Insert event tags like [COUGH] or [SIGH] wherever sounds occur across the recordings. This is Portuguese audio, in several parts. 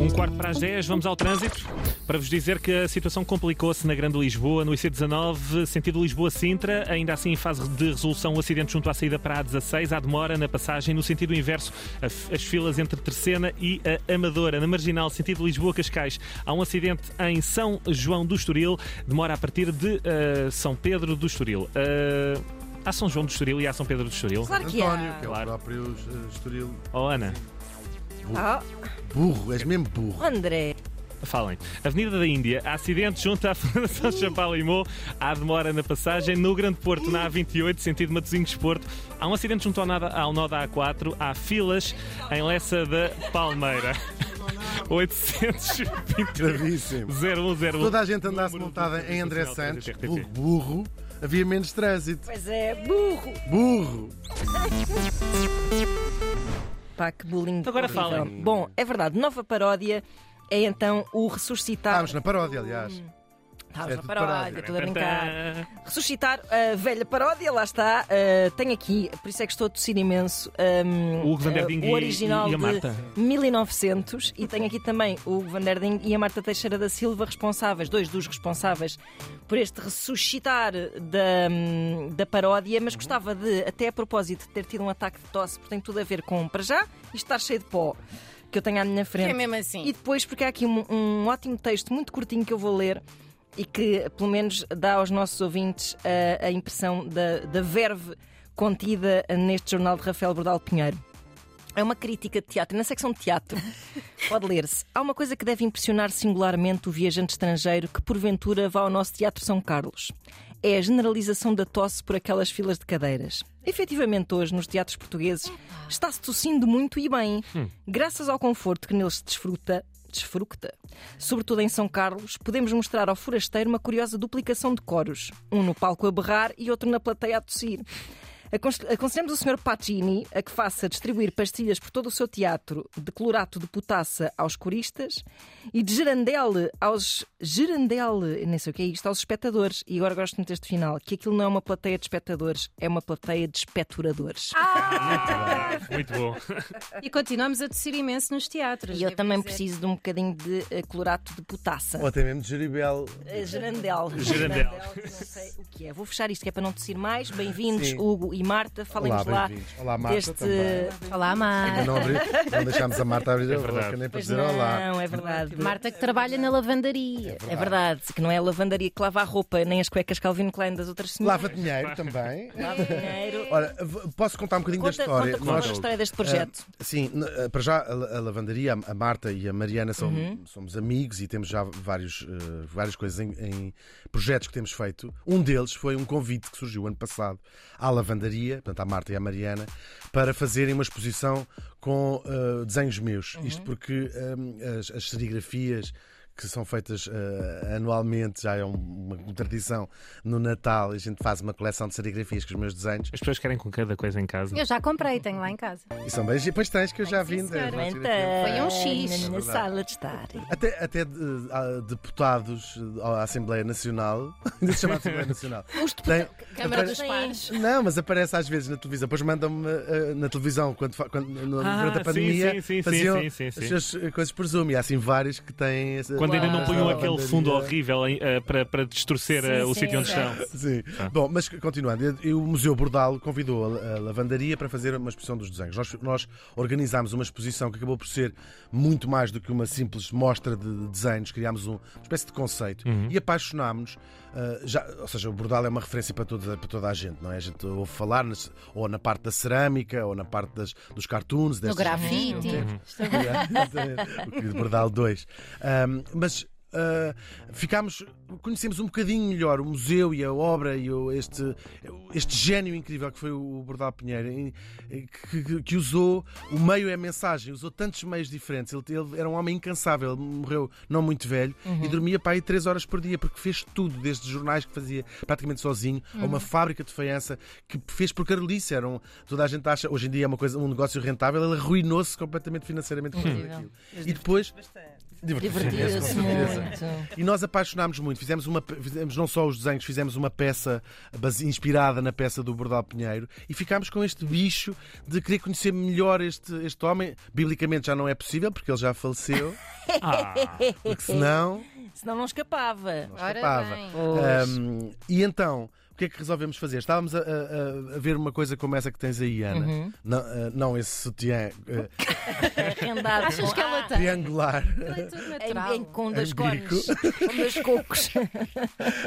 Um quarto para as 10, vamos ao trânsito. Para vos dizer que a situação complicou-se na Grande Lisboa, no IC19, sentido Lisboa-Sintra, ainda assim em fase de resolução o acidente junto à saída para a A16, há demora na passagem, no sentido inverso, a- as filas entre Terceira e a Amadora. Na Marginal, sentido Lisboa-Cascais, há um acidente em São João do Estoril, demora a partir de eh, São Pedro do Estoril. Eh, há São João do Estoril e há São Pedro do Estoril? Claro que António, há. que é Claro. o próprio eh, Estoril. Oh, Ana, Oh, Burro, és mesmo burro. André, Falem. Avenida da Índia, há acidente junto à [LAUGHS] Fundação Chapalimau, há demora na passagem. No Grande Porto, na A28, sentido Matosinhos Porto, há um acidente junto ao, nada, ao nó da A4, há filas em Lessa da Palmeira. 800 0101. Gravíssimo. Se toda a gente andasse montada em André Santos, vulgo burro, havia menos trânsito. pois é, burro. Burro! Pá, que bullying. Agora horrível. falem. Bom, é verdade, nova paródia é então o ressuscitar. Estávamos na paródia, aliás. Estávamos é na tudo paródia, paródia. tudo a brincar. Ressuscitar a velha paródia, lá está. eh, tenho aqui, por isso é que estou a tossir imenso. ehm, O Hugo van der eh, Ding o e- original e a Marta. de 1900. E tenho aqui também o Hugo van der Ding e a Marta Teixeira da Silva, responsáveis, dois dos responsáveis por este ressuscitar da, hum, da paródia. Mas gostava de, até a propósito, de ter tido um ataque de tosse, porque tem tudo a ver com, para já, isto estar cheio de pó. Que eu tenho à minha frente. É mesmo assim. E depois, porque há aqui um, um ótimo texto muito curtinho que eu vou ler e que, pelo menos, dá aos nossos ouvintes a, a impressão da, da verve contida neste jornal de Rafael Bordal Pinheiro. É uma crítica de teatro, na secção de teatro. Pode ler-se. Há uma coisa que deve impressionar singularmente o viajante estrangeiro que, porventura, vá ao nosso Teatro São Carlos. É a generalização da tosse por aquelas filas de cadeiras. Efetivamente, hoje, nos teatros portugueses, está-se tossindo muito e bem, graças ao conforto que neles se desfruta. Desfruta. Sobretudo em São Carlos, podemos mostrar ao forasteiro uma curiosa duplicação de coros: um no palco a berrar e outro na plateia a tossir. Aconse- Aconselhamos o Sr. Pacini a que faça distribuir pastilhas por todo o seu teatro de clorato de potassa aos coristas e de gerandele aos gerandele, nem sei o que é isto, aos espectadores. E agora gosto muito deste final, que aquilo não é uma plateia de espectadores, é uma plateia de especturadores. Ah, Ah, Muito bom. E continuamos a tossir imenso nos teatros. e eu devo também dizer. preciso de um bocadinho de eh, clorato de potassa. Ou até mesmo de Jeribel. Eh, Gerandele. Gerandele. que Não sei o que é. Vou fechar isto que é para não tossir mais. Bem-vindos, Sim. Hugo e Marta. Falem-nos Olá, lá bem-vindos. Olá, Marta, deste. também. Olá, Ainda Marta. não, abri... não deixámos a Marta abrir a verdade. boca nem para É Pois dizer não, olá. é verdade. [LAUGHS] Marta que trabalha na lavandaria. É verdade, que não é a lavandaria que lava a roupa, nem as cuecas Calvin Klein das outras senhoras. Lava dinheiro também. Lava dinheiro. Ora, v- posso contar um bocadinho da Conta, história? conta por favor a história deste projeto. Ah, sim, n- ah, para já a, la- a lavandaria, a- a Marta e a Mariana são, somos amigos e temos já vários, eh, várias coisas em, em projetos que temos feito. Um deles foi um convite que surgiu ano passado à lavandaria, portanto à Marta e à Mariana, para fazerem uma exposição com eh, desenhos meus. Isto porque eh, as, as serigrafias que são feitas eh, anualmente, já é um- uma, tradição no Natal, a gente faz uma coleção de serigrafias com os meus desenhos. As pessoas querem com cada coisa em casa. Eu já comprei, tenho lá em casa. E são beijos, e depois tens que é eu já vim. de- senhora. vou tirar aqui. Foi um X. Na, sala de estar. Até, até de- há deputados à Assembleia Nacional, [LAUGHS] ainda se chama [LAUGHS] Assembleia Nacional. Os deputados. Câmara dos Pais. Não, mas aparece às vezes na televisão. Depois mandam-me eh, na televisão, quando, fa- quando- no- Ah, durante sim, a pandemia, sim, sim, faziam sim, sim, sim. as suas eh, coisas por Zoom. E há assim vários que têm. essa- Quando ainda não essa ponham aquele lavandaria. fundo horrível em, eh, para, para distorcer Sim, eh, o sim, sítio onde exato. [LAUGHS] estão. Sim. Bom, mas continuando, e o Museu Bordal convidou a a lavandaria para fazer uma exposição dos desenhos. Nós, nós organizámos uma exposição que acabou por ser muito mais do que uma simples mostra de desenhos, criámos um- uma espécie de conceito e apaixonámos-nos. ah, já, ou seja, o Bordal é uma referência para toda, para toda a gente, não é? A gente ouve falar nas- ou na parte da cerâmica, ou na parte das- dos cartoons, No destas- grafite. Uhum. [LAUGHS] o querido Bordal 2. Ahm, mas ah, ficámos, conhecemos um bocadinho melhor o museu e a obra e o- este, este gênio incrível que foi o Bordal Pinheiro, em- que, que- que usou o meio é a mensagem, usou tantos meios diferentes. Ele, ele era um homem incansável, ele morreu não muito velho e dormia para aí 3 horas por dia, porque fez tudo, desde jornais que fazia praticamente sozinho, a uma fábrica de faiança que fez por Carolice. Era um- toda a gente acha, hoje em dia é uma coisa, um negócio rentável, ele arruinou-se completamente financeiramente com tudo aquilo. E depois. Divertiu-se imenso, com Divertiu-se certeza. muito. E nós apaixonámos muito. Fizemos, uma, pe- fizemos não só os desenhos, fizemos uma peça base- inspirada na peça do Bordal Pinheiro e ficámos com este bicho de querer conhecer melhor este, este homem. Biblicamente já não é possível, porque ele já faleceu. Ah, porque senão Senão não escapava. não Ora escapava. bem. Um, e então, o que é que resolvemos fazer? Estávamos a, a- a ver uma coisa como essa que tens aí, Ana. Uhum. Não, eh, não esse sutiã eh, é Arrendado. Achas com- que ela tem? triangular, [LAUGHS] Ela é tudo natural. Em, em, com dois Em cones. Com dois [LAUGHS] cocos.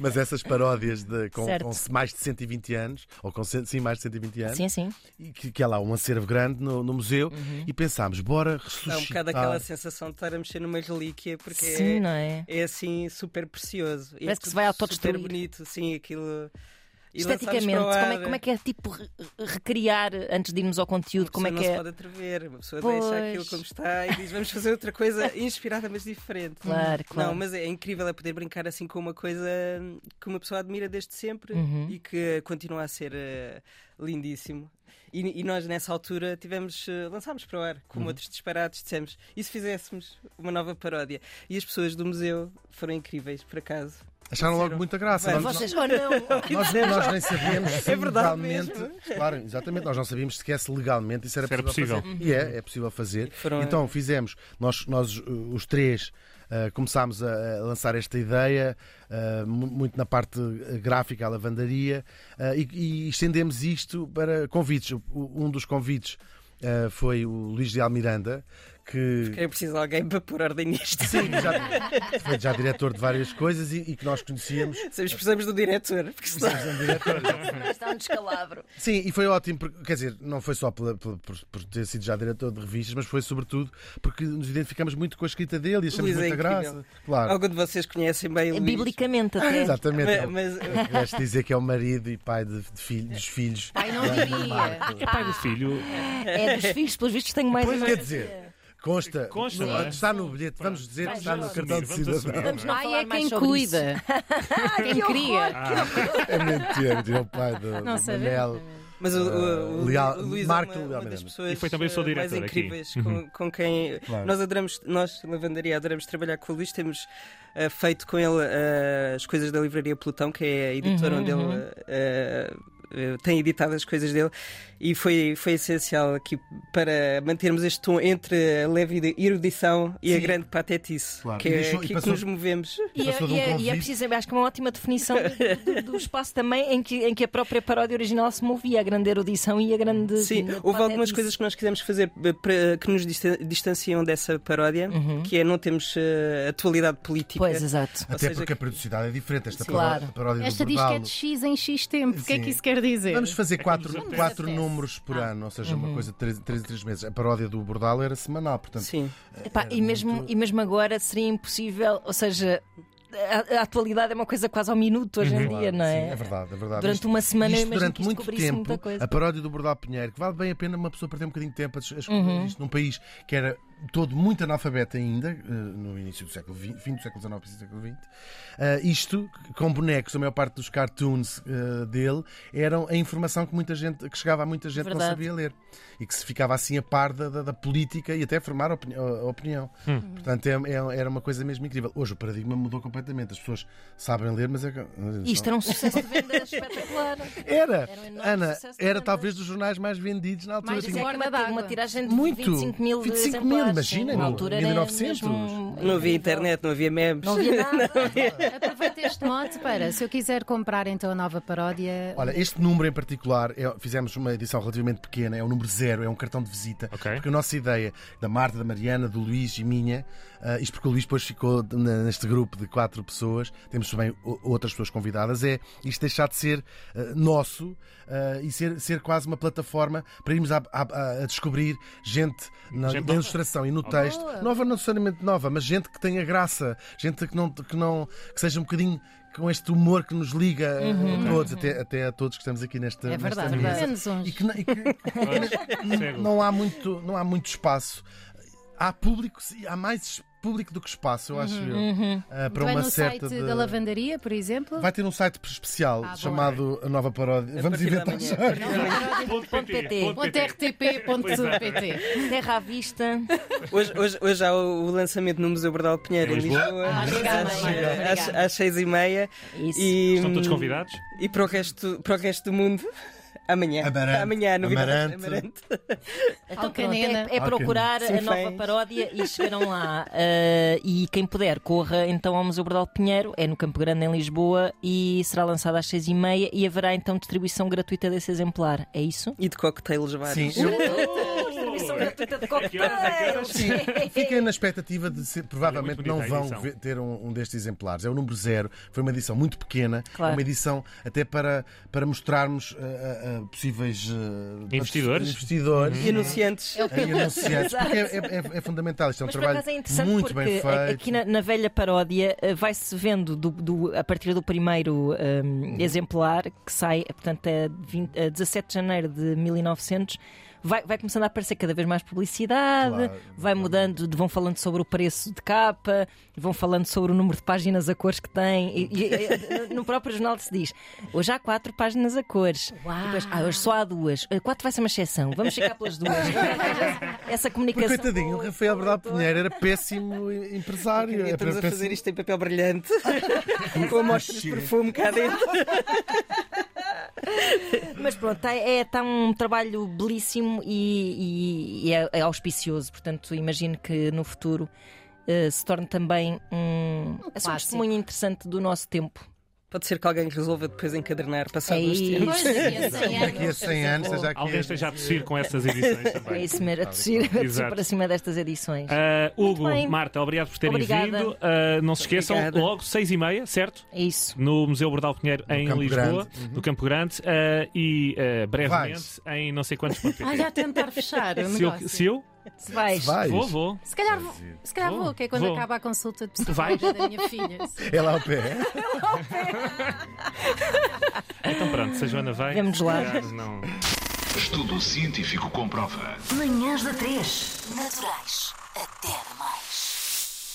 mas essas paródias de- com, Certo. com mais de 120 anos, ou com cem- sim, mais de 120 anos, Sim, Uhum. sim. e que, que há lá um acervo grande no, no museu, e pensámos, bora Dá ressuscitar. um bocado aquela sensação de estar a mexer numa relíquia, porque Sim, não é? é, é assim super precioso. E é Parece que se tudo vai Super autodestruir. bonito, sim, aquilo. E Esteticamente, como é, como é que é tipo re- recriar antes de irmos ao conteúdo? Como é não que se é? pode atrever, uma pessoa Pois. deixa aquilo como está e diz vamos fazer [LAUGHS] outra coisa inspirada, mas diferente. Claro, claro. Não, mas é incrível é poder brincar assim com uma coisa hum, que uma pessoa admira desde sempre Uhum. e que continua a ser eh, lindíssimo. E, e nós nessa altura tivemos, eh, lançámos para o ar Uhum. com outros disparates, dissemos e se fizéssemos uma nova paródia? E as pessoas do museu foram incríveis, por [LAUGHS] acaso. Acharam logo muita graça. é? Vai, nós, Vocês, oh [LAUGHS] não! nós, [LAUGHS] nem- nós nem sabíamos se É verdade legalmente. Claro, exatamente, nós não sabíamos sequer se legalmente isso era, Se era Uhum. Fazer. E é, é possível fazer. Foram- é. Então fizemos, nós, nós uh, os três. uh, começámos a, a lançar esta ideia uh, mu- muito na parte uh, gráfica, a lavandaria, uh, e, e estendemos isto para convites. O- Um dos convites uh, foi o Luís de Almiranda, que, É preciso alguém para pôr ordem nisto. Sim, que já, que foi já diretor de várias coisas e, e que nós conhecíamos. Sabes, precisamos do diretor, porque senão Está um descalabro. Sim, e foi ótimo, porque, quer dizer, não foi só pela- pela- por, por ter sido já diretor de revistas, mas foi sobretudo porque nos identificamos muito com a escrita dele e achamos Luís é muita incrível. graça. Claro. algum de vocês conhecem bem É o Luís. Biblicamente Ah, até. Exatamente. Mas, Mas, mas, dizer que é o marido e pai de, de filho- dos filhos. Ai, não diria. é pai do filho. É [LAUGHS] dos filhos, pelos vistos tenho mais. Pois é, tipo, quer dizer, consta, Consta, no- não é? está no bilhete, vamos dizer que está no Vamos cartão de assumir, vamos cidadão. assumir. não Ai, falar é mais quem sobre [LAUGHS] cuida. Quem cria. É mentira, é o pai do, Não do sabemos. Manel. Mas o, o- o- Ah, Leal- o Luís Marco é uma, Leal uma das Miranda. pessoas E foi também o seu eh, mais diretor aqui. Uhum. incríveis com, com quem Claro. nós adoramos, nós, Lavandaria, adoramos trabalhar com o Luís. Temos eh, feito com ele eh, as coisas da Livraria Plutão, que é a editora onde ele eh, eh, tem editado as coisas dele. E foi, foi essencial aqui para mantermos este tom entre a leve erudição e a Sim. grande patetice, Claro. que E é deixou- e aqui que passou- nos movemos. E, é- Passou de um e é- e é convite. preciso, acho que é uma ótima definição do, do- [LAUGHS] do espaço também em que, em que a própria paródia original se movia, a grande erudição e a grande. é Sim, a houve algumas patetice. coisas que nós quisemos fazer eh, para- que nos distan- distanciam dessa paródia, que é não temos eh, atualidade política. Uhum. Pois, é. exato. Até seja, porque a que- periodicidade é diferente. Esta Sim. paródia, Claro. paródia Esta do diz que é Bordalo. de X em X tempo. O que é que Sim. isso quer dizer? Vamos fazer quatro, nos quatro apetece. números por ano, ou seja, uma coisa de três, três em três meses. A paródia do Bordalo era semanal, portanto. Sim. É, Epá, e, mesmo, e mesmo agora seria impossível, ou seja, a, a atualidade é uma coisa quase ao minuto hoje em dia, não Sim, é é? verdade, é verdade. Durante Isto- uma semana eu isto imagino durante que isto muito cobrisse tempo, muita coisa. a paródia do Bordal Pinheiro, que vale bem a pena uma pessoa perder um bocadinho de tempo a descobrir Uhum. isto num país que era todo muito analfabeto ainda, eh, no início do século XX, fim do século XIX, início do século XX. eh, isto, com bonecos, a maior parte dos cartoons eh, dele, eram a informação que muita gente, que chegava a muita gente que não Verdade. sabia ler. E que se ficava assim a par da, da- da política e até formar a opini- a opinião. Uhum. Portanto, é- é- era uma coisa mesmo incrível. Hoje o paradigma mudou completamente. As pessoas sabem ler, mas é. que- Isto era um sucesso de [LAUGHS] venda espetacular. Era, Era um enorme Ana, sucesso de era vendas. talvez dos jornais mais vendidos na altura. Mais Tinha- é Uma, Borda teve uma d'água. tiragem de assim, Muito. 25 mil 25 mil, imagina, na altura era 1900. mesmo Não havia é incrível. internet, não havia memes. Não havia [LAUGHS] nada. Aproveita este mote para, se eu quiser comprar então a nova paródia. Olha, este número em particular, é- fizemos uma edição relativamente pequena, é o número zero, é um cartão de visita. Ok. Porque a nossa ideia, da Marta, da Mariana, do Luís e minha, ah, isto porque o Luís depois ficou de- na- neste grupo de quatro pessoas, temos também o- outras pessoas convidadas, é isto deixar de ser ah, nosso ah, e ser, ser quase uma plataforma para irmos à- à- à- a descobrir gente na, Gente na nova. ilustração e no texto. Oh, Boa. Nova, não necessariamente nova, mas gente que tenha graça, gente que não, que não que seja um bocadinho com este humor que nos liga eh, a todos, até, até a todos que estamos aqui nesta, Uhum, É nesta verdade, é mesa. menos uns. E que, não- e [LAUGHS] que Pois, segue. não, há muito, não há muito espaço. Há público, há mais público do que espaço, eu acho eu. ah, para Uhum, Vai uma no certa. site de- da lavandaria, por exemplo. Vai ter um site especial Ah, bom. chamado A Nova Paródia. [LAUGHS] Vamos partir da inventar manhã. já. Ponto PT, Ponto ponto PT. [LAUGHS] rtp.pt Terra à vista. Hoje, hoje, hoje há o, o lançamento no Museu Bordal Pinheiro Em em Lisboa. Lisboa, Ah, obrigada, às, obrigada. às- às seis e meia. Isso. E, Hum. Estão todos convidados? E para o resto, para o resto do mundo. [LAUGHS] Amanhã. Amarante. Amanhã, novidades. Amarante. Ao Então, pronto, canena. é, é Ao procurar canena. a Sim, nova fãs. paródia e chegaram lá. Ah, e quem puder, corra então ao Museu Bordal de Pinheiro, é no Campo Grande, em Lisboa, e será lançada às seis e meia e haverá então distribuição gratuita desse exemplar. É isso? E de cocktails vários. [LAUGHS] Sim, eu- Distribuição gratuita de Fiquem na expectativa de ser, provavelmente bonita não a vão edição. ver- ter um, um destes exemplares. É o número zero, foi uma edição muito pequena, Claro. é uma edição até para, para mostrarmos ah, ah, ah, possíveis ah, Investidores. investidores Uhum. E anunciantes. Eu- e anunciantes, porque é, é- é fundamental. Isto é um Mas por trabalho acaso é interessante muito porque bem a- feito. aqui na, na velha paródia eh, vai-se vendo do- do- a partir do primeiro Uhum. ehm, exemplar que sai, eh, portanto, a, 20 a 17 de janeiro de 1900. Vai, vai começando a aparecer cada vez mais publicidade, Claro. vai mudando, de- vão falando sobre o preço de capa, vão falando sobre o número de páginas a cores que tem. E, e- e- no próprio jornal se diz: hoje há quatro páginas a cores. Uau. E depois, ah, hoje só há duas. Eh, Quatro vai ser uma exceção, vamos chegar pelas duas. Essa Porque, comunicação. coitadinho, o com- Rafael com o Bernal autor. Pinheiro era péssimo empresário. E era Estamos a péssimo- fazer isto em papel brilhante. Com amostras de perfume cá dentro. Mas pronto, está é, tá um trabalho belíssimo e, e- e é, é auspicioso, portanto, imagino que no futuro eh, se torne também um, é só um clássico. testemunho interessante do nosso tempo. Pode ser que alguém resolva depois encadernar, passado É uns tempos. Pois, e a 100 Daqui a anos, 100 é, anos, é seja aqui. Alguém esteja a tossir com essas edições É também. isso mesmo, a tossir, a tossir Exato. para cima destas edições. É Ah, Hugo, bem. Marta, obrigado por terem Obrigada. vindo. Ah, não se esqueçam, Obrigada. logo seis e meia, certo? É isso. No Museu Bordal Pinheiro, em Campo Lisboa, Grande. Uhum. do Campo Grande, ah, e ah, brevemente em não sei quantos pontos. Olha, a tentar fechar o se, eu, um negócio. se eu Se vais. Vais. vou, vou. Se calhar vou, se calhar Vou, vou, que é quando vou. acaba a consulta de Vais? psicologia da minha filha. Sim. É lá ao pé. Então pronto, se a Joana vai. Vamos lá. se calhar Não... Estudo científico comprova. Manhãs da 3. Naturais.